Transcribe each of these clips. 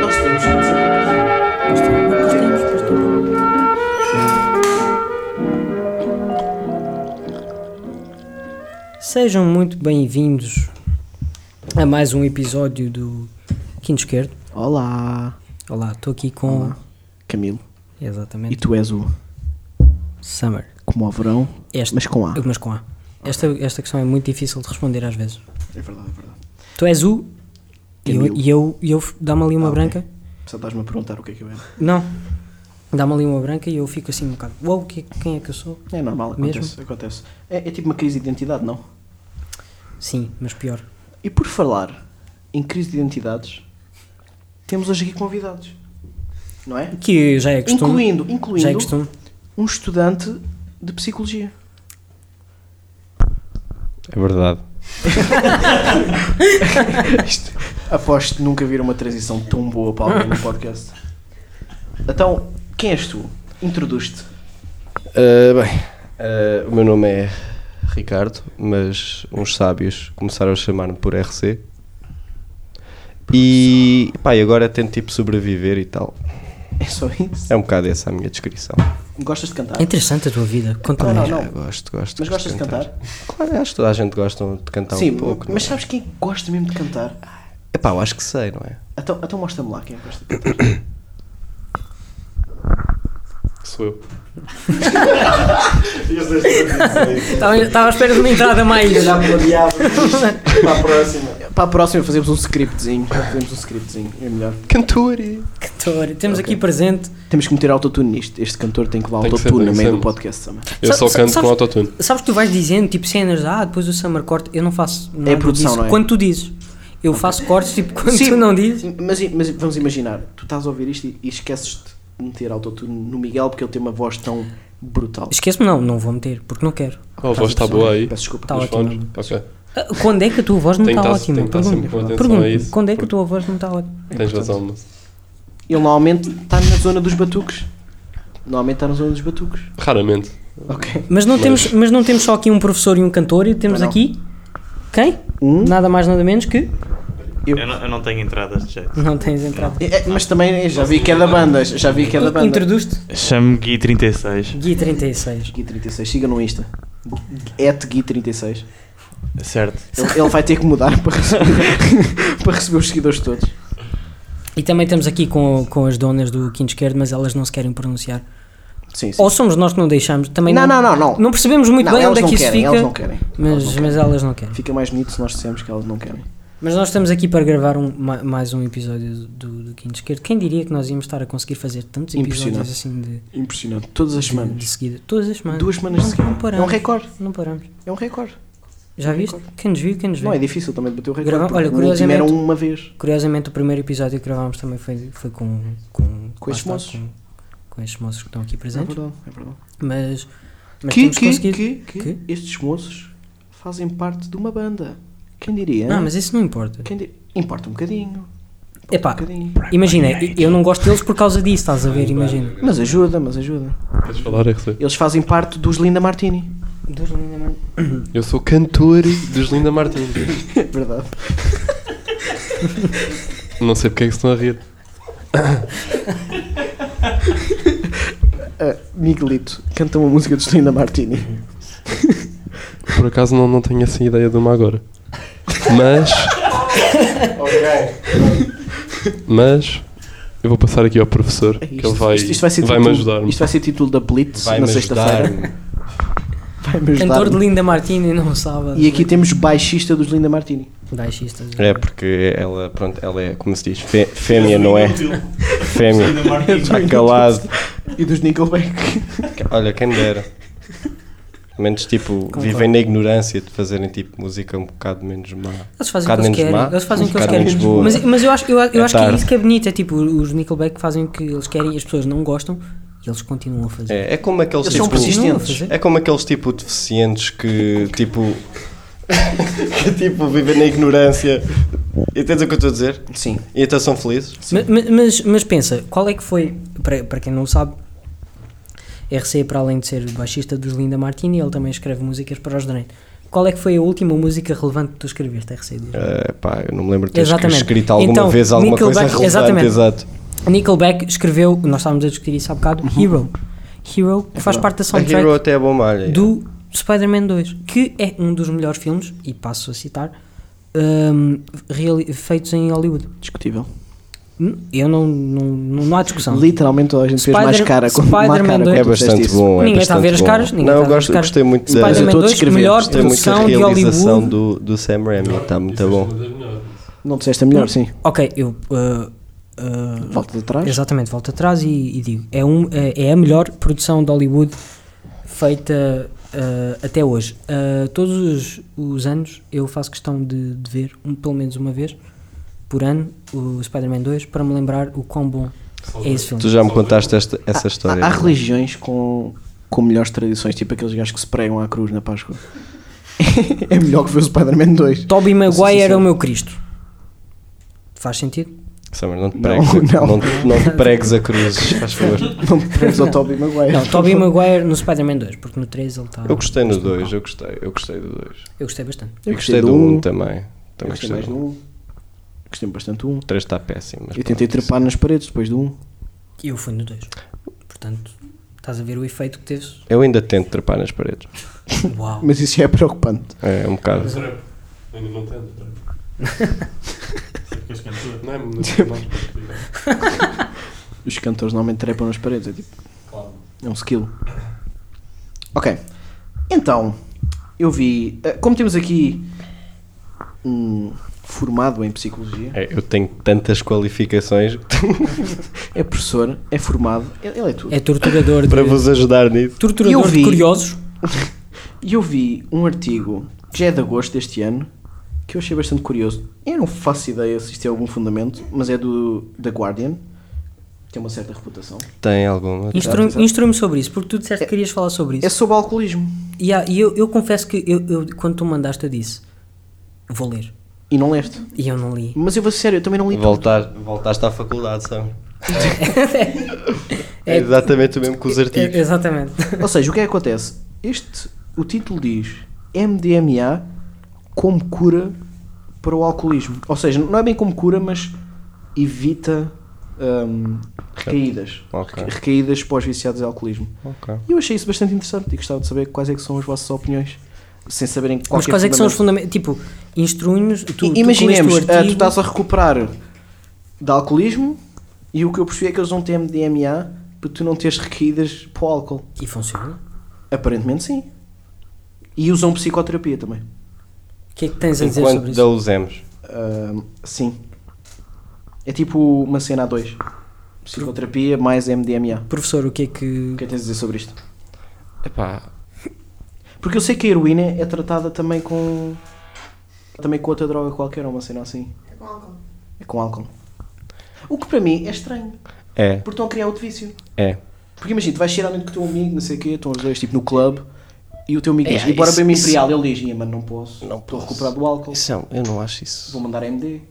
Nós temos que dizer. Sejam muito bem-vindos a mais um episódio do Quinto Esquerdo. Olá, Olá, estou aqui com. Camilo. E Exatamente. tu és o Summer. como ao verão, Este- mas com A. Mas com A. Esta, esta questão é muito difícil de responder às vezes. É verdade, é verdade. Tu és o. E eu, Camilo. e eu, e eu dá-me ali uma Ah, ok. branca. Só estás-me a perguntar o que é que eu era. Não. Dá-me ali uma branca e eu fico assim um bocado. Uou, que- quem é que eu sou? É normal, acontece. Mesmo? acontece. É, é tipo uma crise de identidade, não? Sim, mas pior. E por falar em crise de identidades, temos hoje aqui convidados. Não é? Que já é costume. Incluindo, já é incluindo costume. um estudante de psicologia. É verdade. Isto- Aposto que nunca viram uma transição tão boa para alguém no podcast. Então, quem és tu? Introduz-te. bem, ah, o meu nome é Ricardo, mas uns sábios começaram a chamar-me por RC. E pá, e agora tento tipo sobreviver e tal. É só isso? É um bocado essa a minha descrição. Gostas de cantar? É interessante a tua vida. Não, Conta-me. não, Ah, não. gosto, gosto. Mas gosto gostas de cantar? Claro, acho que toda a gente gosta de cantar Sim, um pouco. não mas é? sabes quem gosta mesmo de cantar? Epá, eu acho que sei, não é? Então, então mostra-me lá quem gosta de cantar. Sou eu. Estava estava à espera de uma entrada mais. para a próxima. Para a próxima fazemos um scriptzinho. Fazemos um scriptzinho, é melhor. Cantor! Cantor. Temos aqui presente. Temos que meter autotune nisto. Este cantor tem que levar Tem que ser, autotune no tem que meio ser. do podcast também. Eu Sa- só sa- canto sabes- com autotune. Sabes que tu vais dizendo tipo cenas, ah, depois o Summer corta. Eu não faço. nada produção, disso não é? Quando tu dizes. Eu faço cortes tipo quando Sim. tu não dizes. Mas, mas vamos imaginar, tu estás a ouvir isto e, e esqueces de meter autotune no Miguel porque ele tem uma voz tão brutal. Esquece-me, não, não vou meter, porque não quero. Oh, a voz está boa aí. Peço desculpa. Tá Nos ótimo. fones. Ok. Ah, Quando é que a tua voz não Tem que está estar- ótima? tem que estar sempre com atenção a pergunto isso, quando é que a porque- tua voz não está ótima? Tens razão, mas. Ele normalmente está na zona dos batucos. Normalmente está na zona dos batucos. Raramente. Ok. Mas não, Mas- Temos, mas não temos só aqui um professor e um cantor, e temos Não. aqui. Quem? Um. Nada mais, nada menos que. Eu não, eu não tenho entradas de jeito. Não tens entrada. É, é, mas também é, já vi que é da banda. Já vi que é da banda. Introduz-te. Chamo-me Gui36. Guia 36. Gui 36, siga no Insta. Et Gui 36. Certo. Ele, ele vai ter que mudar para receber, para receber os seguidores todos. E também estamos aqui com, com as donas do quinto esquerdo, mas elas não se querem pronunciar. Sim, sim. Ou somos nós que não deixamos. Também Não, não, não, não. Não percebemos muito Não, bem elas onde é que não isso querem, fica. elas não querem. Mas, Elas não mas elas não querem. Fica mais bonito se nós dissermos que elas não querem. Mas nós estamos aqui para gravar um- ma- mais um episódio do, do Quinto Esquerdo. Quem diria que nós íamos estar a conseguir fazer tantos episódios Impressionante. assim de, Impressionante. Todas as de, semanas. seguida? Todas as semanas. Duas semanas de Não- seguida. Não É um paramos. recorde. Não paramos. É um recorde. Já viste? Quem nos viu, quem nos viu. Não é difícil também de bater o recorde. Grava- porque olha, o último era curiosamente- uma vez. Curiosamente, o primeiro episódio que gravámos também foi, foi com, com, Com estes lá moços. Com, com estes moços que estão aqui É presentes. verdade, é verdade. Mas, mas Que, temos que, conseguido. que, que, estes moços fazem parte de uma banda. Quem diria? Não, mas isso não importa. Quem di- Importa um bocadinho. Importa Epá, um bocadinho. Imagina, eu não gosto deles por causa disso, estás a ver? Imagina. Mas ajuda, mas ajuda. Queres falar, é, RC? Eles fazem parte dos Linda Martini. Eu sou cantor dos Linda Martins. É verdade. Não sei porque é que se estão a rir. Ah, Miguelito, canta uma música dos Linda Martini. Por acaso não, não tenho assim ideia de uma agora. Mas. É Mas. Eu vou passar aqui ao professor, que ele vai, É Isto- isto vai ser vai-me título- ajudar. Isto vai ser título da Blitz na sexta-feira. Vai-me Cantor de ajudar. Linda Martini, não sabe. E aqui temos baixista dos Linda Martini. Baixistas. É porque ela, pronto, ela é, como se diz, fé- fêmea, não é? Fêmea. Está calado. E dos Nickelback. Olha, quem dera. Menos tipo, vivem na ignorância de fazerem tipo música um bocado menos má. Eles fazem o que eles Bocado menos querem. má, Eles fazem o que um eles bocado querem. menos boa. Mas, mas eu acho, eu, eu É acho que é tarde. isso que é bonito. É tipo, os Nickelback fazem o que eles querem, as pessoas não gostam e eles continuam a fazer. É, é como aqueles Eles são tipo, persistentes. Continuam a fazer. É como aqueles tipo deficientes que tipo. que tipo vivem na ignorância. Entendes o que eu estou a dizer? Sim. E então são felizes? Ma- ma- Mas, mas pensa, qual é que foi, para, para quem não sabe, é RC, para além de ser baixista dos Linda Martini, ele também escreve músicas para os Drain. qual é que foi a última música relevante que tu escreveste, RCD? Eh, pá, eu não me lembro de ter Exatamente. escrito alguma Então, vez alguma coisa Nickelback- relevante. exatamente. Exato. Nickelback escreveu, nós estávamos a discutir isso há bocado, Hero. Hero, que faz parte da Uhum. É A soundtrack Hero até é bom malha. um do Spider-Man 2, que é um dos melhores filmes, e passo a citar, hum, reali- feitos em Hollywood. Discutível. Hum, Eu não, não, não, não há discussão. Literalmente toda a gente fez Spider- mais cara quando mais Spider-Man cara dois. quando É tu disseste bastante isso. bom. é Ninguém está a bastante ver as bom. caras, ninguém Não, está eu a ver gosto, as caras. gostei muito da, Spider-Man gostei estou a 2, descrever, melhor gostei muito da produção de realização Hollywood. do, do Sam Raimi. Está Tá, muito é bom. Não disseste a melhor, sim. Ok, eu. uh, uh, Volta de trás. Exatamente, volto atrás e, e digo: é, um, é é a melhor produção de Hollywood feita eh, até hoje. Eh, todos os, os anos eu faço questão de, de ver, um- pelo menos uma vez por ano, o Spider-Man 2 para me lembrar o quão bom é esse filme. Tu já me contaste esta, essa história. é Há, há religiões com, com melhores tradições, tipo aqueles gajos que se pregam à cruz na Páscoa. é melhor que ver o Spider-Man 2. Tobey Sou Maguire é sincero. o meu Cristo. Faz sentido? Summer, não te Não, pregues, a- não. não te- não te pregues a cruzes, faz favor. Não te preves ao Tobey Maguire. Não, Tobey Maguire no Spider-Man 2, porque no 3 ele está. Eu gostei no 2, eu gostei, eu gostei do 2. Eu gostei bastante. Eu E gostei do 1 um também. Eu Também gostei gostei mais do do 1. 1. Gostei bastante do 1. O 3 está péssimo. mas Eu tentei pronto, é trepar nas paredes depois do 1. E eu fui no 2. Portanto, estás a ver o efeito que teve. isso. Eu ainda tento trepar nas paredes. Uau! Mas isso já é preocupante. É um bocado. Ainda não tento. Porque és cantor. Não é Os cantores normalmente trepam nas paredes. É tipo. É um skill. Ok. Então, eu vi. eh, Como temos aqui um formado em psicologia, É, eu tenho tantas qualificações é professor, é formado, ele ele é tudo. É torturador para de. vos ajudar nisso. Torturador Eu de vi- curiosos. E eu vi um artigo, já é de agosto deste ano, que eu achei bastante curioso. Eu não faço ideia se isto tem algum fundamento, mas é do The Guardian. Tem uma certa reputação. Tem alguma? Exato, Instrui- exato. Instrui-me sobre isso, porque tu disseste É- que querias falar sobre isso. É sobre alcoolismo. E há- e eu, eu confesso que eu, eu- quando tu mandaste, eu disse: Vou ler. E não leste. E eu não li. Mas eu vou ser sério, eu também não li tanto. Voltar, voltaste à faculdade, Sam. É exatamente o mesmo que os É- artigos. exatamente. Ou seja, o que é que acontece? Este, o título diz MDMA como cura para o alcoolismo. Ou seja, não é bem como cura, mas evita hum, recaídas. Ok. Recaídas pós-viciados em alcoolismo. Ok. E eu achei isso bastante interessante e gostava de saber quais é que são as vossas opiniões, sem saberem qual Mas quais é que são os fundamentos? Tipo, instrui-nos. Tu, tu I- Imaginemos, que leste o ah, tu artigo, estás a recuperar de alcoolismo e o que eu percebi é que eles não têm MDMA para tu não teres recaídas para o álcool. E funciona. Aparentemente sim. E usam psicoterapia também. O que é que tens a dizer sobre Enquanto da isso? usemos. Ah, sim. É tipo uma cena a dois. Psicoterapia mais MDMA. Professor, o que é que. O que é que tens a dizer sobre isto? Epá, Porque eu sei que a heroína é tratada também com. também com outra droga qualquer, ou uma cena assim. É com álcool. O que para mim é estranho, é, porque estão a criar outro vício. é. Porque imagina, tu vais cheirar muito com o teu amigo, não sei o quê, estão os dois tipo no clube, e o teu amigo É, diz: e bora isso- beber uma isso- imperial. Ele diz: "Ih, mano, não posso, Não estou posso. a recuperar do álcool, Isso é, eu não acho isso. vou mandar MD.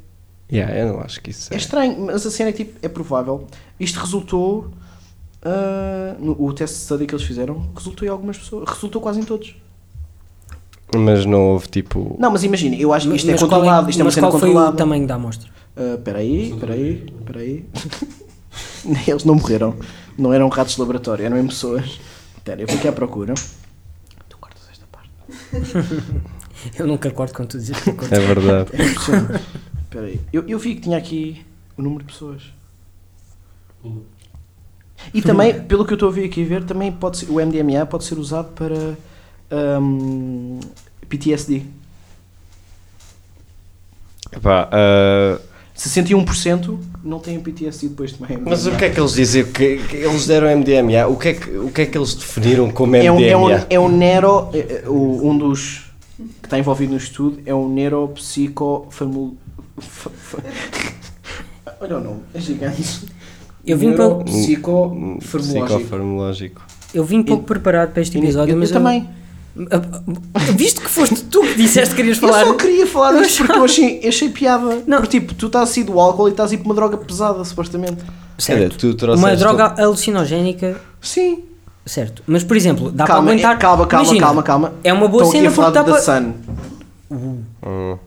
Yeah, eu não acho que É isso é. estranho, mas a cena é tipo, é provável. Isto resultou. ah, no, o teste de study que eles fizeram resultou em algumas pessoas, resultou quase em todos. Mas não houve tipo. Não, mas imagina, eu acho que isto mas é qual controlado, isto é uma mas cena qual foi o controlada. tamanho da amostra? Ah, peraí, peraí, peraí. Nem Eles não morreram. Não eram ratos de laboratório, eram mesmo pessoas. Espera, eu vou aqui à procura. Tu cortas esta parte. Eu nunca acordo quando tu dizes que acordo. É verdade. É impressionante. Espera aí. Eu, eu vi que tinha aqui o número de pessoas. E também, pelo que eu estou a ver aqui a ver, também pode ser, o MDMA pode ser usado para hum, ahm, PTSD. Epá, ah, 61% não têm PTSD depois de tomar MDMA. mas o que é que eles dizem? Que, que eles deram MDMA? O que, é que, o que é que eles definiram como MDMA? É um, é um, é um neuro. é- é o- um dos que está envolvido no estudo é um neuropsicofamul. fa- fa- Olha o nome, é gigante. Eu vim para- Neuropsicofarmológico. Psicofarmológico. Eu vim pouco preparado para este episódio, eu, mas. Ah, eu também. Visto que foste tu que disseste que querias falar. Eu só queria falar Eu disto porque eu achei, achei piada. Não. Porque tipo, tu estás assim do álcool e estás aí para uma droga pesada, supostamente. Olha, Certo. tu trouxeste Uma droga alucinogénica Sim. Certo. Mas, por exemplo, dá calma, para aguentar. é- calma, calma, Imagina, calma, calma. É uma boa Estão aqui cena a porque falar dá da para. Sun.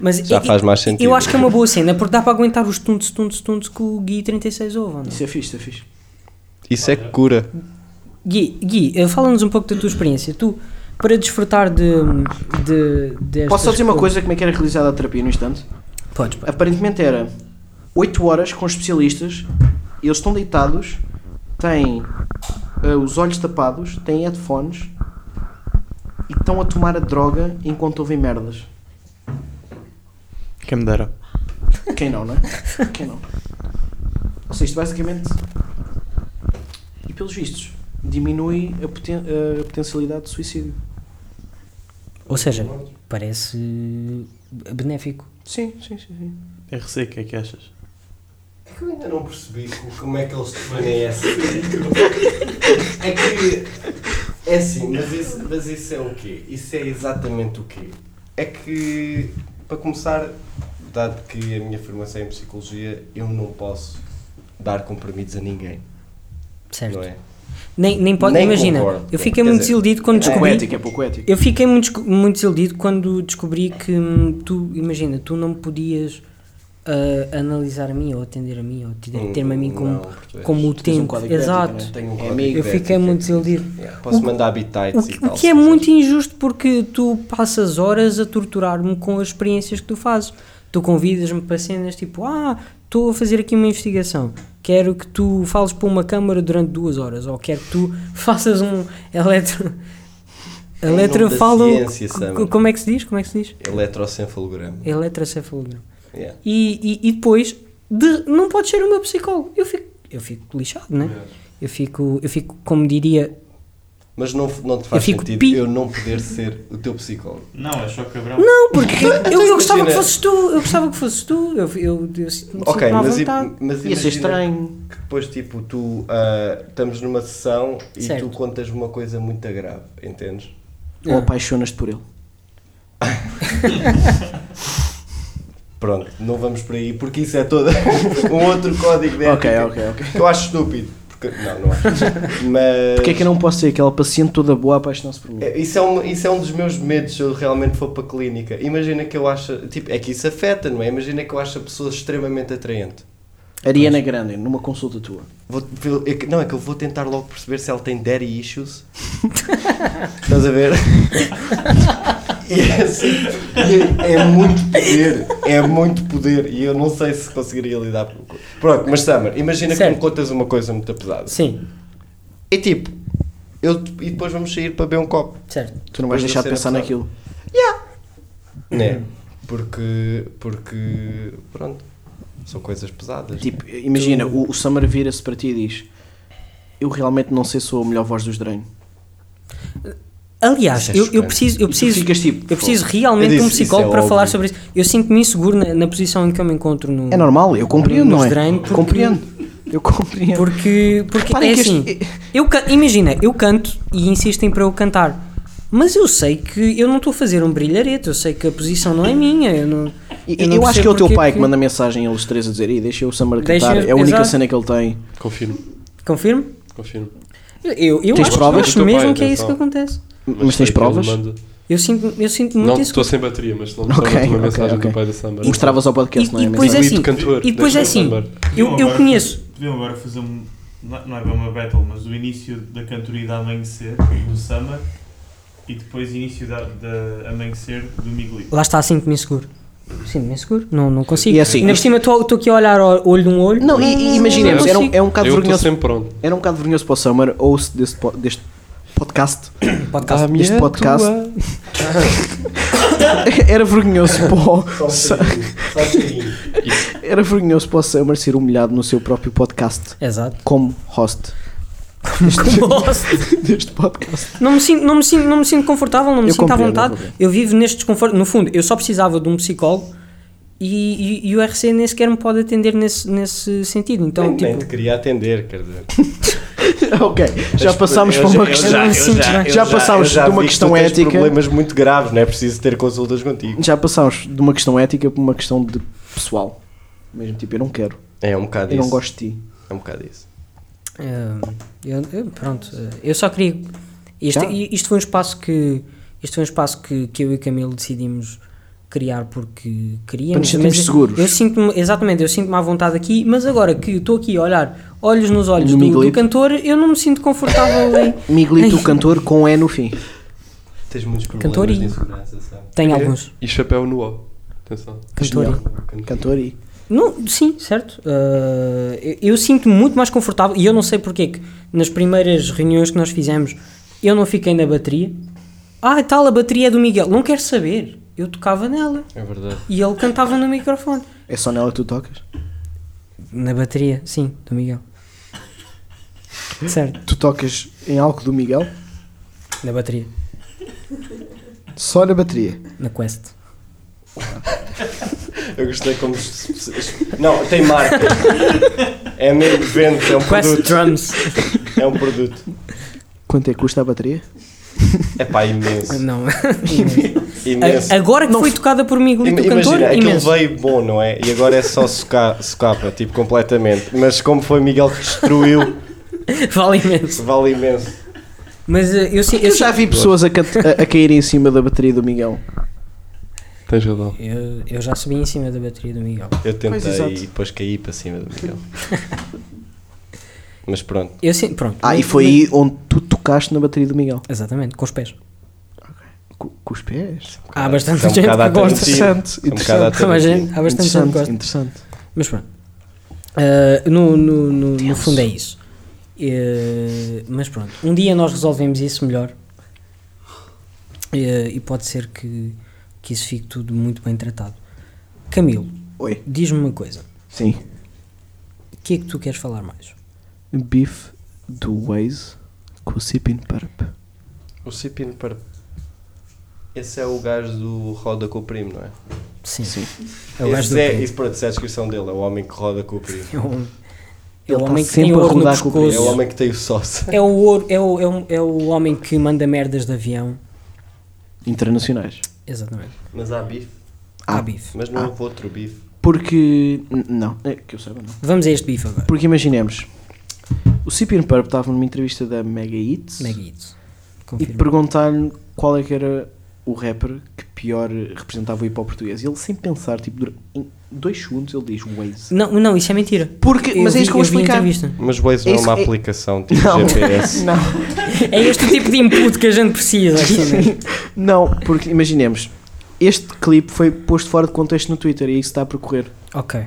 Mas Já eu- faz mais Eu sentido. acho que é uma boa cena porque dá para aguentar os tuntos, tuntos, tuntos que o Gui 36 ouve. ou não? Isso é fixe, isso é fixe. Isso é cura. Gui, Gui eh, fala-nos um pouco da tua experiência. Tu, para desfrutar de. de destas Posso só dizer uma coisas- coisa como é que era realizada a terapia no instante? Podes, pá. Aparentemente era 8 horas com especialistas, eles estão deitados, têm ah, os olhos tapados, têm headphones e estão a tomar a droga enquanto ouvem merdas. Quem me dera. Quem não, não é? Quem não? Ou seja, isto basicamente. E pelos vistos, diminui a, poten a potencialidade de suicídio. Ou É seja, parece eh, benéfico. Sim, sim, sim. sim. RC, o que é que achas? É que eu ainda não percebi co- como é que eles definem essa. É que. É assim, mas isso, mas isso é o quê? Isso é exatamente o quê? É que, para começar, dado que a minha formação é em psicologia, eu não posso dar comprimidos a ninguém, Certo. não é? Nem, nem pode. Nem imagina, concordo. eu fiquei Quer muito dizer, desiludido quando É pouco descobri. ético, é pouco ético. Eu fiquei muito, desco- muito desiludido quando descobri que hum, tu, imagina, tu não podias ah, analisar a mim ou atender a mim ou te- Hum, ter-me a mim como, não, porque como tens utente. um código de Exato. ética, Tenho um É código amigo, eu de fiquei ética. muito desiludido. Yeah, É. Posso O- mandar habitats O e que, tal. o que é se quiser. muito injusto porque tu passas horas a torturar-me com as experiências que tu fazes. Tu convidas-me para cenas tipo, ah, estou a fazer aqui uma investigação. Quero que tu fales para uma câmara durante duas horas, ou quero que tu faças um eletro. Em É um nome da Eletrofalo. ciência, co- Sam. Como é que se diz? Como é que se diz? Eletrocefalograma. Eletrocefalograma. Yeah. E, e, e depois, de- não pode ser o meu psicólogo. Eu fico, eu fico lixado, né? É. Eu fico, eu fico, como diria, Mas não, não te Eu faz fico sentido pi- eu não poder ser o teu psicólogo. Não, é só cabrão. Não, porque Então, eu, eu gostava imagina. que fosses tu, eu gostava que fosses tu, eu, eu, eu sinto- me ok, sinto-me à mas, i- vontade. mas Ia ser imagina- estranho. que depois tipo tu ah, estamos numa sessão e Certo. tu contas uma coisa muito grave, entendes? Ou apaixonas-te por ele. Pronto, não vamos por aí porque isso é todo um outro código de Ok, ética ok, ok. que eu acho estúpido. Porque, não, não acho. Mas Porquê é que eu não posso ser aquela paciente toda boa a apaixonar-se por mim? É, Isso é, um, isso é um dos meus medos se eu realmente for para a clínica. Imagina que eu acho. Tipo, é que isso afeta, não é? Imagina que eu acho a pessoa extremamente atraente. Ariana Grande, numa consulta tua. Vou- é que- não, é que eu vou tentar logo perceber se ela tem daddy issues. Estás a ver? E é, assim, e é- é muito poder. É muito poder. E eu não sei se conseguiria lidar com Pronto, mas Summer, imagina Certo. que me contas uma coisa muito pesada. Sim, E tipo, eu, e depois vamos sair para beber um copo. certo. Tu não vais Depois deixar da de cena pensar pesada. naquilo. Né? Uhum. Porque. Porque. Pronto. São coisas pesadas. Tipo, imagina, o, o Summer vira-se para ti e diz: Eu realmente não sei se sou a melhor voz dos Drain. Aliás, Isso é eu, eu chocante. preciso, eu E tu preciso, ficas tipo, eu preciso Eu realmente disse, de um isso é psicólogo para óbvio. falar sobre isso. Eu sinto-me inseguro na, na posição em que eu me encontro no. É normal, eu compreendo, Nos não é? Drain, porque- Compreendo. Eu compreendo. Porque, porque Reparem é que este- assim, eu can- imagina, eu canto e insistem para eu cantar. Mas eu sei que eu não estou a fazer um brilharete, eu sei que a posição não é minha, eu não. E- eu eu não acho percebo que é o teu porque pai que que- manda mensagem a eles três a dizer: Ei, deixa o Summer Deixa- cantar, é a única exato. cena que ele tem. Confirmo, Confirmo? confirmo. Eu, eu Tens acho, provas? acho mesmo Teu pai, que é isso que atenção. acontece. Mas sei tens que ele provas? manda- Eu sinto, eu sinto muito Não, isso. estou sem bateria, mas não Ok, mostrava uma ok, mensagem ok. do pai da Samba. Mostravas ao E, podcast, não é? e depois é Lido assim, cantor, e depois é deixa eu assim, lembrar. eu, eu conheço, Deviam agora fazer um. Não não é bem uma battle, mas o início da cantoria da amanhecer, do Summer, e depois o início da, da amanhecer do Migli. lá está, sinto-me inseguro. Sinto-me inseguro, não, não consigo. E é assim, Ainda por isto- cima estou estou aqui a olhar ao olho de um olho. Não, e, e imaginemos, não era um, consigo. é um bocado Eu estou vergonhoso. sempre pronto. Era um bocado vergonhoso para o Summer, ouço desse po- deste podcast. Podcast. minha Este podcast- Era vergonhoso para o, Só um bocadinho, só um bocadinho. era vergonhoso para o Summer ser humilhado no seu próprio podcast Exato. como host deste podcast. não, me sinto, não, me sinto, não me sinto confortável, não me Eu sinto à compreendo, eu vontade. compreendo. Eu vivo neste desconforto. No fundo, eu só precisava de um psicólogo e, e- e o RC nem sequer me pode atender nesse, nesse sentido. Então, nem, nem tipo, te queria atender, quer dizer. ok, já Mas passámos eu para uma já- eu questão. já- é? já já passámos eu já de uma vi que questão tu tens ética. problemas muito graves, não é preciso ter consultas contigo. Já passámos de uma questão ética para uma questão de pessoal. Mesmo tipo, eu não quero, É um bocado eu isso. não gosto de ti. É um bocado isso. Ah, eu- eu- pronto, ah, eu só queria. Isto, Já? i- isto foi um espaço que. Isto foi um espaço que, que eu e Camilo decidimos criar porque queríamos. Para nos sentirmos mas seguros. Eu sinto-me, exatamente, eu sinto-me à vontade aqui, mas agora que estou aqui a olhar olhos nos olhos No do, do Miguelito. cantor, eu não me sinto confortável em. Miguelito, o cantor, com E no fim. Tens muitos problemas Cantor e- de insegurança, sabe? Tem alguns. E chapéu no O. Atenção. Cantor. Cantor e. Não, sim, certo. Uh, eu, eu sinto-me muito mais confortável e eu não sei porque é que nas primeiras reuniões que nós fizemos eu não fiquei na bateria. Ah, e tal, a bateria é do Miguel. Não quero saber. Eu tocava nela É verdade. e ele cantava no microfone. É só nela que tu tocas? Na bateria, sim, do Miguel. Certo, Tu tocas em algo do Miguel? na bateria, Só na bateria. na Quest. Eu gostei como. se- se- se- Não, tem marca. É mesmo vento, é um Quest produto. Drums. É um produto. Quanto é que custa a bateria? É pá, imenso. não. Imenso. Agora que foi tocada por Miguelito, o Ima- cantor, Imagina, é aquilo imenso. veio bom, não é? E agora é só soca- socapa, tipo, completamente. Mas como foi Miguel que destruiu, Vale imenso. vale imenso. Mas uh, eu, si- eu, Eu si- já vi pessoas a, cant- a- a caírem em cima da bateria do Miguel. Tens razão. eu, eu já subi em cima da bateria do Miguel. Eu exato. tentei e depois caí para cima do Miguel. Mas pronto. Eu sim, pronto. Ah, e Muito foi bem. aí onde tu tocaste na bateria do Miguel. Exatamente, com os pés. Co- com os pés. Há bastante Então, Isso é um gente bocado que gosta. alternativo. Interessante, É um interessante. bocado Há mais alternativo. gente- há bastante gente que interessante, gosta. interessante. Mas pronto. Ah, no, no, no- no fundo é isso. Eh, mas pronto. Um dia nós resolvemos isso melhor. Eh, e pode ser que, que isso fique tudo muito bem tratado. Camilo, Oi. diz-me uma coisa. Sim. O que é que tu queres falar mais? Beef do Waze com o Sipping Purp. O Cipino para. Esse é o gajo do Roda com o Primo, não é? Sim. Sim. É o gajo Esse do é, primo. isso, pronto, isso é a descrição dele, é o homem que roda com o Primo. É o- é Ele o tá homem que sempre tem a ouro no rodar com o pescoço. É o homem que tem o sócio. É o, ouro- é, o, é, o, é o homem que manda merdas de avião. Internacionais. Exatamente. Mas há bife, Há Ah. bife. mas não Ah. houve outro bife. Porque. n- Não, é que eu saiba, não. Vamos a este bife agora. Porque imaginemos, o Cyprian Purp estava numa entrevista da Mega Hits Meguito. e é Confirma. perguntaram-lhe qual é que era o rapper que pior representava o hip hop português. E ele, sem pensar, tipo, dura- em dois segundos, ele diz Waze. Não, não, isso é mentira. Porque, Eu mas é vi- isto que eu vou vi a explicar. entrevista. Mas o Waze não é Esse uma é- aplicação tipo Não. GPS. Não, É este o tipo de input que a gente precisa. aqui, né? não, porque imaginemos, este clipe foi posto fora de contexto no Twitter e é isso que está a percorrer. ok.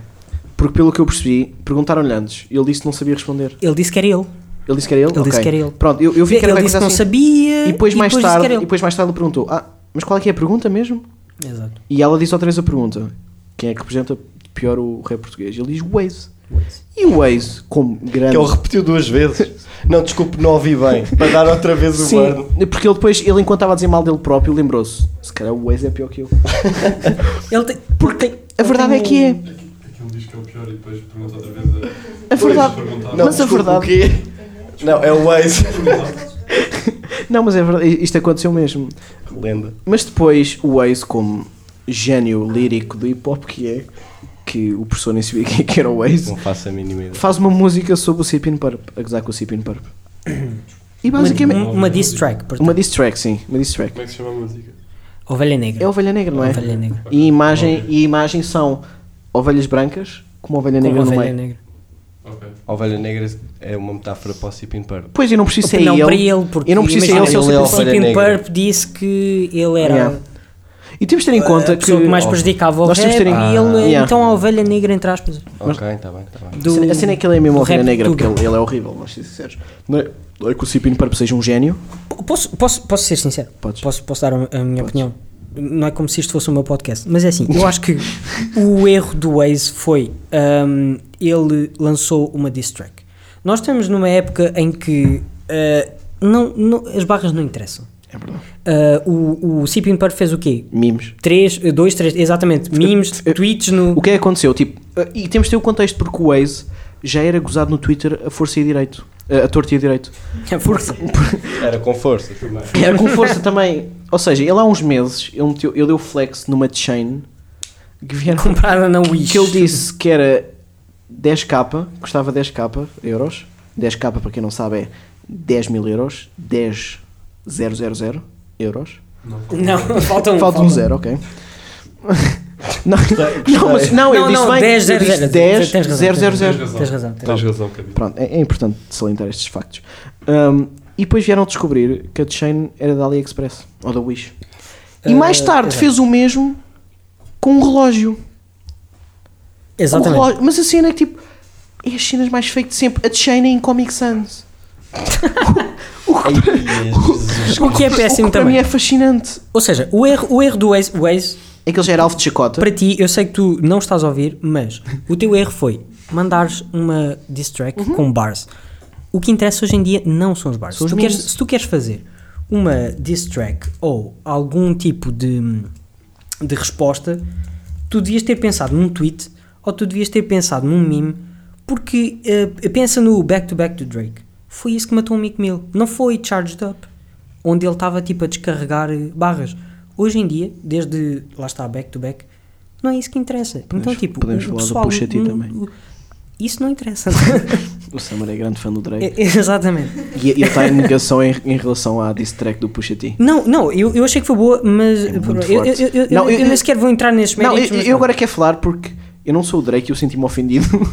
Porque, pelo que eu percebi, perguntaram-lhe antes e ele disse que não sabia responder. Ele disse que era ele. Ele disse que era ele? Ele disse Ok. que era ele. Pronto, eu, eu vi que era ele uma disse coisa que não assim. sabia. E depois, mais disse que tarde, era e depois mais tarde ele perguntou: Ah, mas qual é que é a pergunta mesmo? ele. Exato. E ela disse outra vez a pergunta: quem é que representa pior o rap português? Ele diz Waze. E o Waze, como grande. Que é ele repetiu duas vezes. Não, desculpe, não ouvi bem. Para dar outra vez o Sim, burn. porque ele depois, ele enquanto estava a dizer mal dele próprio, lembrou-se: se calhar o Waze é pior que eu. Ele tem. Porque A verdade é que é. Aquilo diz que é o pior e depois pergunta outra vez a A verdade. perguntar. Não. Mas a desculpe, verdade- O quê? Não, é o Waze. Não, mas é verdade, isto aconteceu mesmo. Lenda. Mas depois, o Waze, como gênio lírico do hip hop que é, que o professor nem sabia quem é que era o Waze, Não faço a mínima ideia. faz uma música sobre o Sipin Purp, a gozar com o Sipin Purp. E basicamente. Uma, uma diss track. portanto. é Uma diss track, sim, uma diss track. Como é que se chama a música? Ovelha É negra. ovelha negra, não é? Ovelha negra. E a imagem, e a imagem são ovelhas brancas com uma ovelha Com negra no ovelha meio. negra. Ok. A ovelha negra é uma metáfora para o Cipin Purp. Pois, eu não preciso ser não, é ele. para ele, porque eu não preciso ser imagina, ele se eu ele é sou ovelha Sleeping negra. Purp disse que ele era Yeah. a E temos de ter em conta que... Ah, pessoa que mais prejudicava o Nós rap temos de ter em- Ah, e ele é Yeah. então a ovelha negra entre aspas. Ok, está bem, está bem. A cena- Do, a cena é que ele é mesmo do ovelha rap negra, tudo. porque ele, ele é horrível, vamos ser sinceros. Não é, não é que o Cipin Purp seja um gênio. P- Posso, posso, posso ser sincero? Podes. Posso, posso dar a, a minha opinião? Não é como se isto fosse o meu podcast, mas é assim, eu acho que o erro do Waze foi hum, ele lançou uma diss track. Nós estamos numa época em que ah, não, não- as barras não interessam. É verdade. Ah, o o Sipin Purp fez o quê? Mimos. Três, eh, dois, três, exatamente, memes, eu- tweets no. O que é que aconteceu? Tipo, eh, e temos de ter o contexto, porque o Waze já era gozado no Twitter a força e a direito. eh, A torta e a direito. Porque, Era com força. Era é com força também. Ou seja, ele há uns meses, ele, meteu, ele deu flex numa chain que vieram Comprada na Wish. que ele disse que era 10k, custava 10k euros, 10k, para quem não sabe, é 10 mil euros. 10 000 euros. Não. Não, falta um. Falta um zero, ok. Não, não, mas, não, eu Não, disse não, bem. 10, eu zero, disse zero, 10, tens 000. razão, tens Tens razão. Tens razão. tens Tens razão. razão, Cadinho. Pronto, é, é importante salientar estes factos. Ahm, e depois vieram descobrir que a chain era da AliExpress ou da Wish. E Eh, mais tarde exato. fez o mesmo com um relógio. Um Exatamente. relógio. Mas a cena é que tipo. É as cenas mais fake de sempre. A chain é em Comic Sans. O que é péssimo o que para mim também. é fascinante. Ou seja, o erro, o erro do Waze, Waze, É que ele já era alvo de chacota. para ti, eu sei que tu não estás a ouvir, mas o teu erro foi mandares uma diss track Uhum. com bars. O que interessa hoje em dia não são os bars. São se, os tu queres, memes. se tu queres fazer uma diss track ou algum tipo de, de resposta, tu devias ter pensado num tweet ou tu devias ter pensado num meme, porque eh, pensa no back to back do Drake. Foi isso que matou o Mick Mill. Não foi Charged Up, onde ele estava tipo a descarregar eh, barras. Hoje em dia, desde lá está back to back, não é isso que interessa. então, Podemos- tipo, podemos o falar do pessoal, Pusha T hum, também. o- Isso não interessa. O Summer é grande fã do Drake. É- Exatamente. E ele está em negação em, em relação à diss track do Pusha T. Não, não, eu, eu achei que foi boa, mas É muito pronto, eu, eu, forte. eu, eu- Não, eu eu- nem sequer vou entrar nesses Não, méritos. eu, mas eu agora quero falar porque eu não sou o Drake e eu senti-me ofendido. pronto.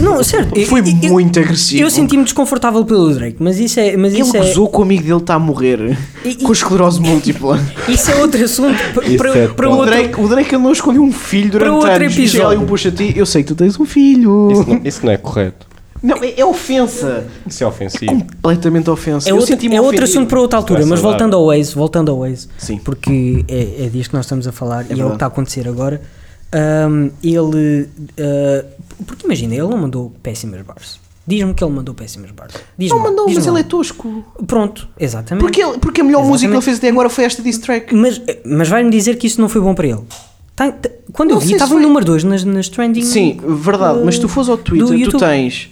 Não, certo. eu- Foi eu- eu- muito agressivo. Eu senti-me desconfortável pelo Drake, mas isso é, mas Ele isso é, gozou que o amigo dele está a morrer E- com esclerose múltipla. isso é outro assunto p- Isso para, é para top. O outro. Drake, o Drake andou a esconder um filho durante outro anos. E chega ali episódio. um puxa ti, eu sei que tu tens um filho. Isso não, isso não é correto. Não, é, é ofensa. Isso é ofensivo. Completamente ofensa. É eu outro, senti-me é outro ofendido. assunto para outra altura, Vai mas saudar. voltando ao Waze, voltando ao Waze, Sim. porque é, é disto que nós estamos a falar e é o que verdade. está a acontecer agora. Ahm, ele. ah, porque imagina, ele não mandou péssimas bars. Diz-me que ele mandou péssimas bars. Diz-me Não lá, mandou, diz-me mas lá. ele é tosco. Pronto, Hum. exatamente. Porque, ele- porque a melhor música que ele fez até agora foi esta diss track. Mas, mas vai-me dizer que isso não foi bom para ele. Tá- tá- quando eu Não vi, sei se estava o foi- número 2 nas, nas trending. Sim, verdade. eh, Mas se tu fores ao do Twitter, tu YouTube. tens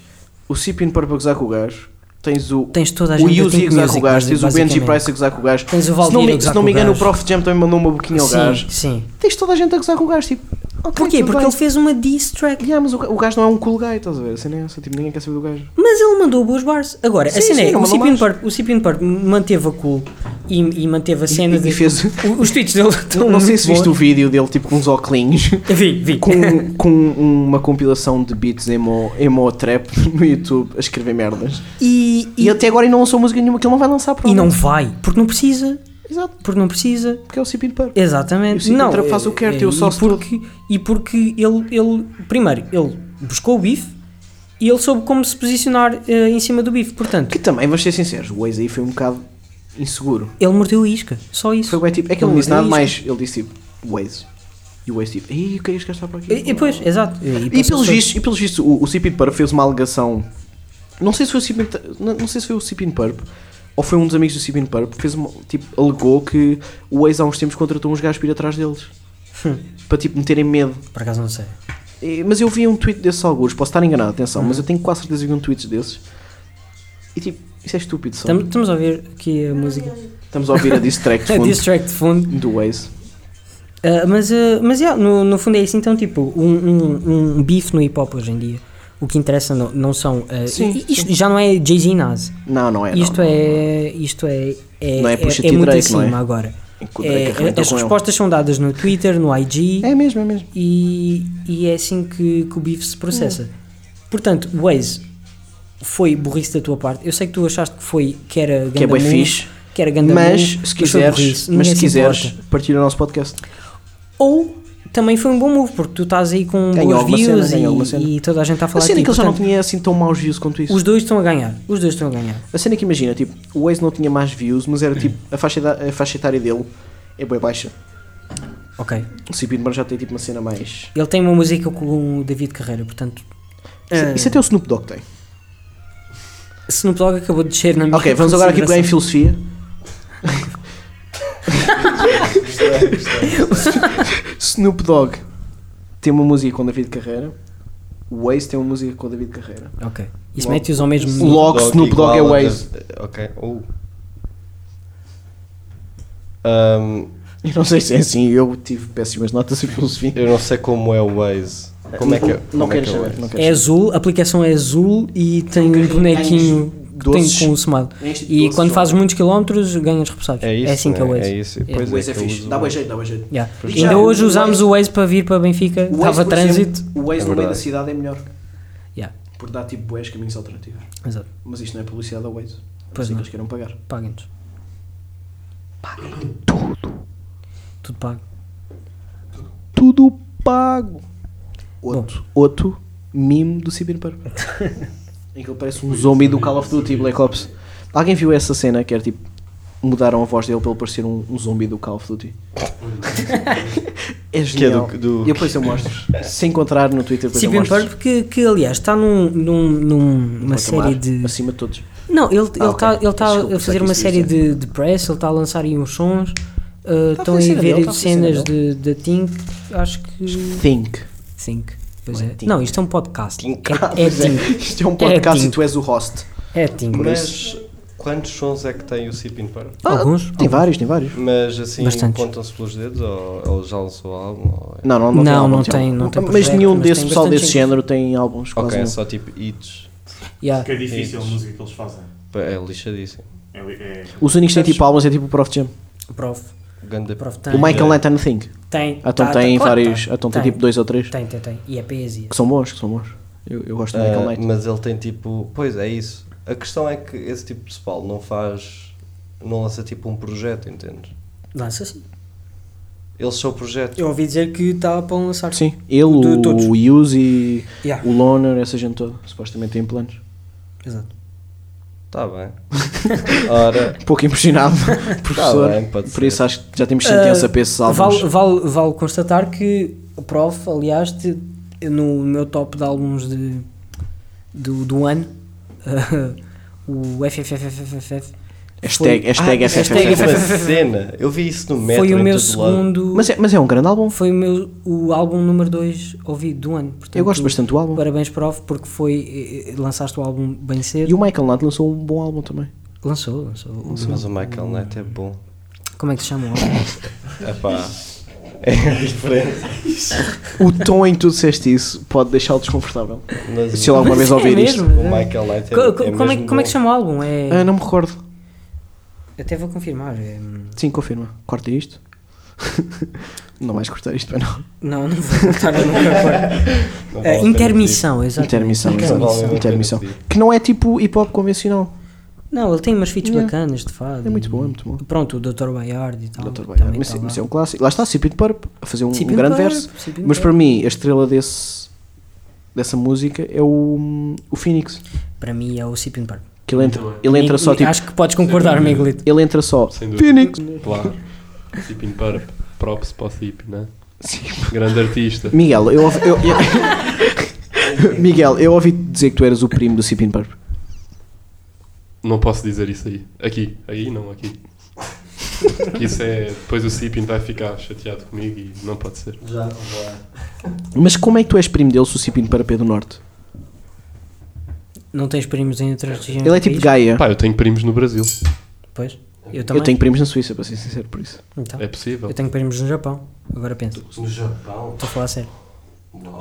o Cipin para gozar com o gajo, tens o, Tens toda a o gente a Yuzi a Think gozar com o Music, gajo, tens o Benji basicamente. Price a gozar com o gajo. Tens o se não, Valdir a me- gozar se não com me o engano, o gajo. Prof Jam também mandou uma boquinha ao gajo. Sim, sim. Tens toda a gente a gozar com o gajo, tipo. ok, Porquê? tudo Porque bem. ele fez uma diss track. Yeah, mas o, ga- o gajo não é um cool guy, estás a ver? A cena é essa, tipo, ninguém quer saber do gajo. Mas ele mandou boas bars. Agora, Sim, a cena sim, é: não o mandou Cipian mais. Purp, o Cyprian Purp manteve a cool e, e manteve a cena. e de- fez- o- Os tweets dele estão. Não, não sei muito se viste o bons. vídeo dele, tipo, com uns óculos, Vi, vi. com, com uma compilação de beats emo, emo trap no YouTube a escrever merdas. E, E, e, até agora ainda não lançou música nenhuma que ele não vai lançar, e não provavelmente. vai. Porque não precisa. Exato, Porque não precisa. porque é o Cipin Purp. E o Exatamente. Cid Não, é, Trap faz o que quer, tem o e sócio porque, e porque ele, ele, primeiro, ele buscou o bife e ele soube como se posicionar eh, em cima do bife. Portanto, Que também, vamos ser sinceros, o Waze aí foi um bocado inseguro. ele mordeu a isca. Só isso. Foi bem tipo, é que ele Não não disse nada diz. mais, ele disse tipo, Waze. E o Waze tipo, ei, o que é que este gajo está por aqui? E, e pois, exato. E pelos passou- vistos, e pelos vistos, o, o Cipin Purp fez uma alegação. Não sei se foi o Cipin, não, não sei se foi o Cipin Purp ou foi um dos amigos do Cipin Purp fez uma, tipo, alegou que o Waze há uns tempos contratou uns gajos para ir atrás deles. Hum. para tipo meterem medo. Por acaso não sei. E- mas eu vi um tweet desses alguns, posso estar enganado, atenção, Uhum. mas eu tenho quase certeza que vi um tweet desses. E tipo, isso é estúpido só. Estamos, estamos a ouvir aqui a música. Estamos a ouvir a diss track de A fundo diss track de fundo. do Waze. Ah, mas ah, mas yeah, no, no fundo é isso. Então, tipo, um, um, um bife no hip hop hoje em dia. O que interessa não, não são. ah, Sim, i- isto já não é Jay-Z e Nas. Não, não é. não, Isto não. é. Isto é. É, Não é é, Pusha é T muito Drake, não é? acima agora. Enquanto o Drake É, arrebentou as com ele. respostas são dadas no Twitter, no IG É mesmo, é mesmo. e, e é assim que, que o bife se processa. Portanto, Waze, foi burrice da tua parte. Eu sei que tu achaste que foi que era Que é ganda bem move, fixe. que era ganda Mas move, se foi quiseres, burrice, mas ninguém se se quiseres, importa. partilha o nosso podcast. ou também foi um bom move porque tu estás aí com Ganhou boas alguma cena, views ganhou alguma cena. e, e toda a gente está a A falar cena é de que ti. ele já não Portanto, tinha assim tão maus views quanto isso. os dois estão a ganhar, os dois estão a ganhar. A cena é que imagina, tipo, o Waze não tinha mais views, mas era tipo, a faixa, eda- a faixa etária dele é bem baixa. Ok. O Cipin Bar já tem tipo uma cena mais. Ele tem uma música com o David Carreira, portanto. Isso, é, ah, isso até o Snoop Dogg tem. Snoop Dogg acabou de descer na minha Ok, vamos agora aqui pegar em consideração. filosofia. é, Snoop Dogg tem uma música com David Carreira. O Waze tem uma música com David Carreira. Ok. assim. Isso Logo. mete-os ao mesmo nível. Logo Snoop Dogg é igual a Waze. Dav- Ok. Uh. Ahm, Eu não sei se é assim, eu tive péssimas notas em filosofia. eu não sei como é o Waze. Como é que é? Não Como é queres que é o saber, S? não queres É azul, a aplicação é azul e tem um bonequinho que tem doces. com o smile. E quando fazes muitos quilómetros, ganhas repousados. É isso. assim que é o né? Waze. É isso. E O depois Waze é que eu fixe, uso dá o- bem jeito, dá bem jeito. Yeah. Pois Ainda já, hoje o usámos o Waze para vir para Benfica, O Waze, estava por trânsito. exemplo, O Waze É no meio da verdade. cidade é melhor. Yeah. Por dar tipo boés caminhos alternativos. Exato, Mas isto não é publicidade ao Waze. Não Pois sei não. que eles queiram pagar. paguem-nos. Paguem tudo. Tudo pago. Tudo pago. Outro, outro mime do Cyberpunk. em que ele parece um zombie do Call of Duty Black Ops. Alguém viu essa cena que era tipo. Mudaram a voz dele para ele parecer um, um zombie do Call of Duty. É Que é genial. do, do... E depois eu mostro. Se encontrar no Twitter, depois eu Cybian mostro. Purp, que, que aliás está num, num, num- numa Vou série tomar de. Acima de todos. Não, ele Ah, está ele tá, ok. ele tá Desculpa, a fazer sei que uma isso série ia de, de press, ele está a lançar aí uns sons. uh, Tá a Estão fazer aí cena dele, ver tá a fazer cenas cena de, de Think, acho que. Think. Think. Pois Não é. é Think. Não, isto é um podcast. É, é Pois é, Think. Isto é um podcast Think. e tu és o host. É Think. Mas quantos sons é que tem o Sipin para? Alguns? Ah, Tem alguns. vários, tem vários. Mas assim, Bastantes. contam-se pelos dedos ou, ou já lançou álbum? Ou... é- Não, não, Não, álbum, não tem- não tem Mas projeto, nenhum mas desse tem pessoal bastante desse gente. género tem álbuns quase Ok, é nenhum. só tipo hits. Yeah. Que é difícil a Sim. música que eles fazem. É lixadíssimo. É, é- Os únicos que têm tipo álbuns é tipo o Prof Jam. Prof. Ganda... Prof tem. O É. Michael Lantern Think. Tem. Ah, Então tá- tem tá- claro, vários. tá. ah, Então tem Tem. tipo dois ou três. Tem, tem, tem. E é poesia. Que são bons, que são bons. Eu, eu gosto do Ah, Michael Lantern. mas ele tem tipo. Pois é isso. A questão é que esse tipo de pessoal não faz. não lança tipo um projeto, entendes? Lança sim. Eles são o projeto. Eu ouvi dizer que estava para lançar. Sim, ele, De todos. o, o Hughes e Yeah. o Loner, essa gente toda. Supostamente tem planos. Exato. Tá bem. Ora. tá Pouco impressionado, professor. bem, pode Por ser. isso acho que já temos sentença Ah, para esses álbuns. Vale, vale, vale constatar que o Prof, aliás, te- no meu top de álbuns de, do, do ano, o FFFFFF. Hashtag- foi- hashtag Ah, FFFF. hashtag é Uma FFFF. cena. Eu vi isso no metro. Foi o em meu todo lado. segundo. Mas é, mas é um grande álbum. Foi o meu o álbum número 2 ouvido do ano. Portanto, Eu gosto bastante do álbum. Parabéns, Prof, porque foi. eh, eh, Lançaste o álbum bem cedo. E o Michael Knight lançou um bom álbum também. Lançou, lançou. O- Mas o Michael Knight é bom. Como é que se chama o álbum? Epá. É diferente. O tom em que tu disseste isso pode deixá-lo desconfortável. Mas Se ele o, alguma vez é ouvir isto. mesmo? o Michael Knight é, Co- é co- mesmo como, é, que- como é que bom. se chama o álbum? É- Ah, não me recordo. Até vou confirmar. é, hum, Sim, confirma. Corta isto. não vais cortar isto, para não. Não, não vou cortar eu nunca corto. Não vale a É, pena intermissão, exato. Intermissão, pedir. Não vale a intermissão. pena intermissão. pedir. Que não é tipo hip hop convencional. Não, ele tem umas feats Yeah. bacanas de fado. É muito bom, é muito bom. Pronto, o Dr. Bayard e tal. Dr. Bayard. também Mas, tá mas lá. é um clássico. Lá está, Cipid Purp a fazer um, um Sim, grande Pimper, verso. sim, Pimper. Mas para mim, a estrela desse, dessa música é o, o Phoenix. Para mim é o Sipin Park. Que ele entra, ele entra só tipo. Acho que podes concordar, Miguelito. Ele entra só. Sem dúvida. Phoenix! Claro. Sipin para. Props para o Sip, né? Sim. Grande artista. Miguel, eu, ouvi- eu- eu- Miguel, eu ouvi dizer que tu eras o primo do Cipin Purp. Não posso dizer isso aí. Aqui. Aí não, aqui. Isso é. Depois o Sipin vai ficar chateado comigo e não pode ser. Já, já. Mas como é que tu és primo dele se o Cipin Purp é do Norte? Não tens primos em outras regiões? Ele é do tipo um país? Gaia. Pá, eu tenho primos no Brasil. Então, Pois. Eu também. Eu tenho primos na Suíça, para ser sincero, por isso. Então, É possível. eu tenho primos no Japão. Agora penso. No Japão? Estou a falar a sério. Uau.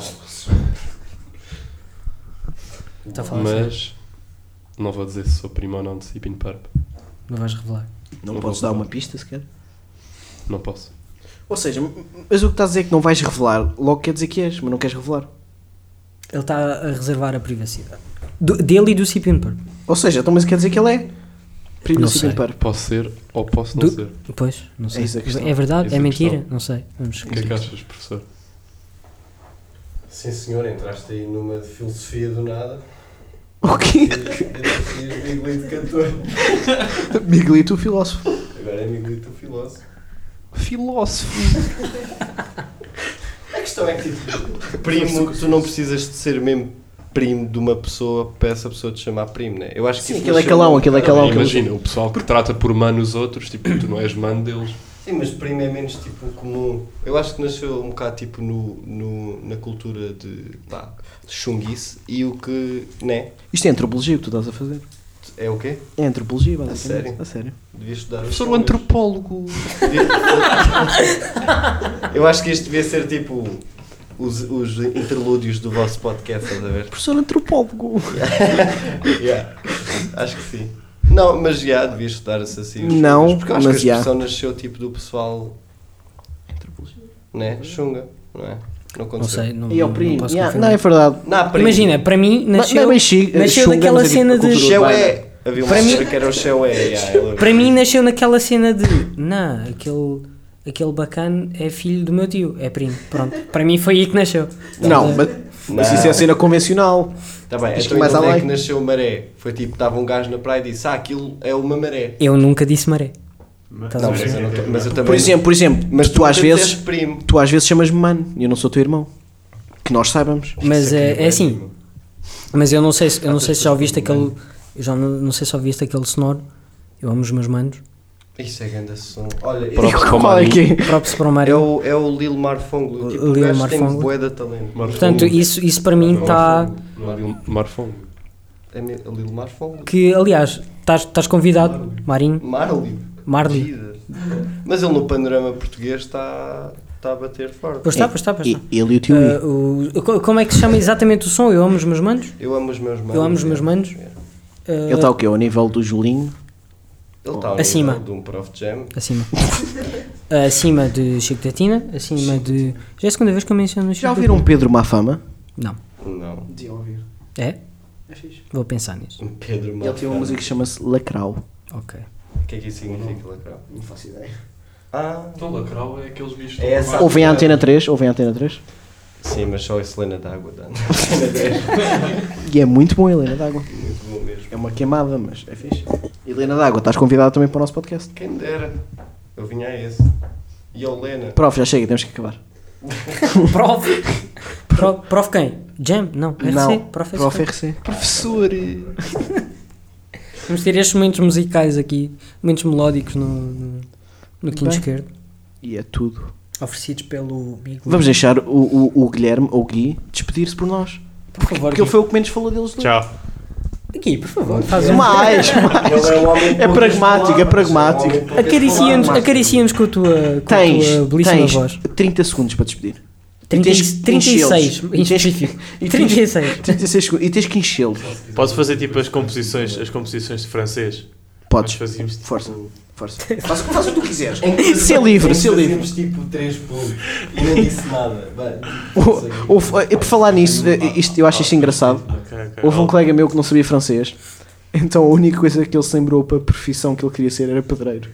Estou a falar a sério. Mas. Não vou dizer se sou primo ou não de Sipin Parp. Não vais revelar. Não Não podes vou dar falar. uma pista sequer? Não posso. Ou seja, mas o que estás a dizer é que não vais revelar, logo quer dizer que és, mas não queres revelar. Ele está a reservar a privacidade. Do- dele e do Sipin Park. Ou seja, então mas quer dizer que ele é primo Não do Cipin sei. Purp. Posso ser ou posso não Du- ser. Pois, não sei. É isso a questão. verdade? Isso é é a mentira? questão. Não sei. Vamos O que é que achas, professor? Sim senhor, entraste aí numa de filosofia do nada. O quê? E és Miguelito cantor. Miguelito, o filósofo. Agora é Miguelito o filósofo. Filósofo. A questão é que tipo, Primo, tu não precisas de ser mesmo primo de uma pessoa para essa pessoa te chamar primo, né? Eu acho que Sim, isso aquele é nasceu calão, num aquele é bocado- calão. Imagina, o pessoal que trata por mano os outros, tipo, tu não és mano deles. Sim, mas primo é menos tipo comum. Eu acho que nasceu um bocado tipo no, no- na cultura de pá, chunguice e o que, né? Isto é antropologia que tu estás a fazer. É o quê? É antropologia, basicamente. sério? A sério. Devia estudar. Professor, o Talvez. antropólogo. Devia- Eu acho que isto devia ser tipo os, os interlúdios do vosso podcast, estás a ver? Professor antropólogo. Yeah. Acho que sim. Não, mas já devias estudar assassinos. Não, Mas porque eu acho mas que a já. expressão nasceu tipo do pessoal, né? Xunga, não é? Não Não aconteceu. sei, não, E ao não primo. posso yeah, não, confirmar. é verdade. Não, primo. Imagina, para mim nasceu, Não- não é mexi- nasceu chunga, daquela mas é cena tipo de... cultura Xeué. Havia uma Para música mim- que era o é, Xeué. yeah, eu lembro. Para mim nasceu naquela cena de não, aquele, aquele bacana é filho do meu tio, é primo. Pronto, para mim foi aí que nasceu. Não, mas, mas isso é a cena convencional. Tá bem, Diz que então mais mais onde é além. que nasceu a maré? Foi tipo, estava um gajo na praia e disse, ah, aquilo é uma maré. Eu nunca disse maré. Mas, Tá Não, bem. mas eu, não tô- mas eu também... Por exemplo, por exemplo, mas tu nunca às vezes, disseste primo. tu às vezes chamas-me mano, e eu não sou teu irmão. Que nós saibamos. Mas Isso é, que é assim, primo. mas eu não sei se, eu não sei se já pessoas ouviste que não aquele. eu já não, não sei se ouviste aquele sonoro. Eu amo os meus manos. Isso é grande som. Olha, esse- Próprio Qual é Romani. que é? Próprio para o Mário. é o, é o Lil Marfongo. Tipo, Lil o gajo tem Marfongo. bué de talento. Marfongo. Portanto, isso, isso para mim tá está. Não há de Marfongo. É me- é Lil Marfongo. Que aliás, estás estás convidado, Marinho, Marley. Marley. Jesus. Mas ele no panorama português está está a bater forte. Pois está, pois está, pois E- está. Ele e o tio I. Ah, o- co- como é que se chama exatamente o som? Eu amo os meus manos? Eu amo os meus manos. amo os meus manos. Ah, Ele está o quê? Ao nível do Julinho? Ele está ao Acima. nível de um Prof Jam. Acima. acima de Chico Tatina, acima de. Já é a segunda vez que eu menciono o Chico Já ouviram um Tatina. Pedro Mafama? Não. Não. De ouvir. É? Vou pensar nisso. Um Pedro Ele tem Marfongo. uma música que chama-se Lacrau. Ok. O que é que isso significa, Lacrau? Não faço ideia. Ah, Então, Lacrau é aqueles bichos. É essa- Ou Ouvem a Antena 3, ouvem a Antena 3. sim, mas só a Helena d'Água dá. E é muito bom, Helena D'Água. Muito bom mesmo. É uma queimada, mas é fixe. Helena D'Água, estás convidada também para o nosso podcast. Quem me dera. Eu vinha a esse. E a Helena. Prof, já chega, temos que acabar. Prof. Pro- prof quem? Jam? Não. RC? Não, Prof. Prof RC. RC. Professor. eh, Vamos ter estes momentos musicais aqui, momentos melódicos no, no, no quinto Bem. esquerdo, E é tudo. oferecidos pelo Miguel. Vamos deixar o, o- o Guilherme ou o Gui despedir-se por nós. por favor. Porque ele foi o que menos falou deles dois. Tchau. Aqui, por favor. Faz um... Mais, Ele é um homem de É poucas pragmático, é palavras. pragmático. É um homem de poucas Acaricia-nos palavras. acaricia com a tua, com Tens, a tua belíssima tens voz. 30 segundos para despedir. Trinta e- tens que 36. enchê-los. em E tens que- específico. e tens- 36. 36 segundos. E tens que enchê-los. Posso fazer tipo as composições, as composições de francês? Nós Podes. fazíamos tipo. Força. Força. Em que- Ser livre, em que ser livre. fazíamos, tipo 3 pontos e não disse nada. Vai. O- o- e por falar nisso, eh, isto, eu acho isto engraçado. Ok, ok. Houve um colega meu que não sabia francês, então a única coisa que ele se lembrou para a profissão que ele queria ser era pedreiro.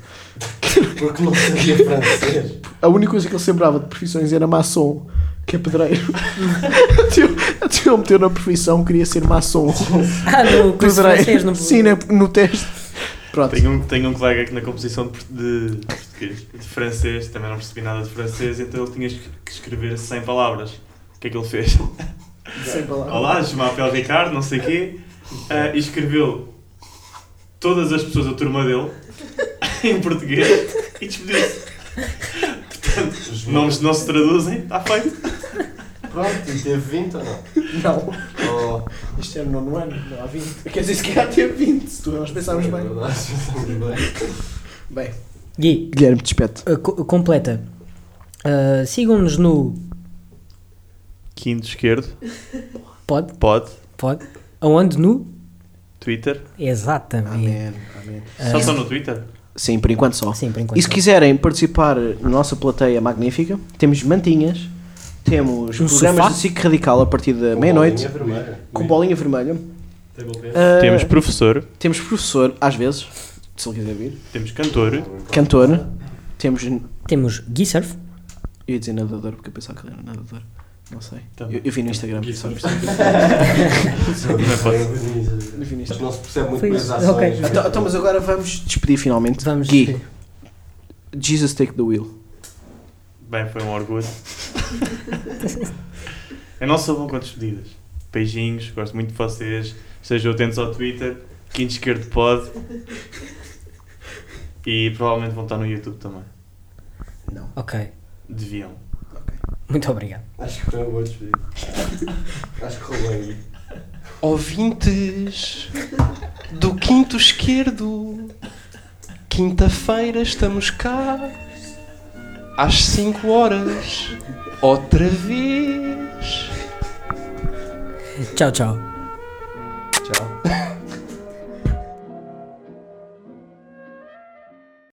Porque não sabia francês. A única coisa que ele se lembrava de profissões era maçom, que é pedreiro. Até eu- Até ele meteu na profissão, queria ser maçom. Ah, no curso francês, Pedreiro. no Sim, né, no teste. Pronto. Tenho um, tenho um colega que na composição de, port- de português, de francês, também não percebi nada de francês, então ele tinha es- que escrever 100 palavras. O que é que ele fez? Sem palavras. Olá, je m'appelle Ricardo, não sei o quê, ah, e escreveu todas as pessoas da turma dele em português e despediu-se. Portanto, os nomes não se traduzem, está feito. Pronto, e teve 20 ou não? Não, Oh, isto é no nono ano, não há 20. Quer dizer, se calhar teve 20, se tu nós pensarmos é bem. verdade, estamos bem. Bem, Gui, Guilherme, despete. Uh, co- completa. Uh, Sigam-nos no Quinto esquerdo, pod, pod, pod, aonde no? Twitter. Exatamente. amém. Só estão no Twitter? Sim, por enquanto só. Sim, por enquanto. E se quiserem participar na nossa plateia magnífica, temos mantinhas, temos Um programas sofá? de SIC Radical a partir da Com meia-noite, bolinha vermelha. com bolinha vermelha. Ah, Temos professor, temos professor, às vezes, se ele quiser vir, temos cantor, cantor, temos. Temos Gui Surf. Eu ia dizer nadador, porque eu pensava que ele era nadador. Não sei. Tá bom. Eu, eu vi no Instagram. só por isso. Eu vi no Instagram. Não se percebe muito Foi bem as isso. ações. Ok. Então, então, mas agora vamos despedir finalmente. Vamos. Gui, Jesus take the wheel. Bem, foi um orgulho. Eu não sou bom com despedidas. Beijinhos, gosto muito de vocês. Sejam atentos ao Twitter, Quinto Esquerdo Pod. E provavelmente vão estar no YouTube também. Não. Ok. Deviam. Muito obrigado. Acho que foi um bom despedir. Acho que rolou aí. Ouvintes do quinto esquerdo, quinta-feira estamos cá às 5 horas. Outra vez. Tchau, tchau. Tchau.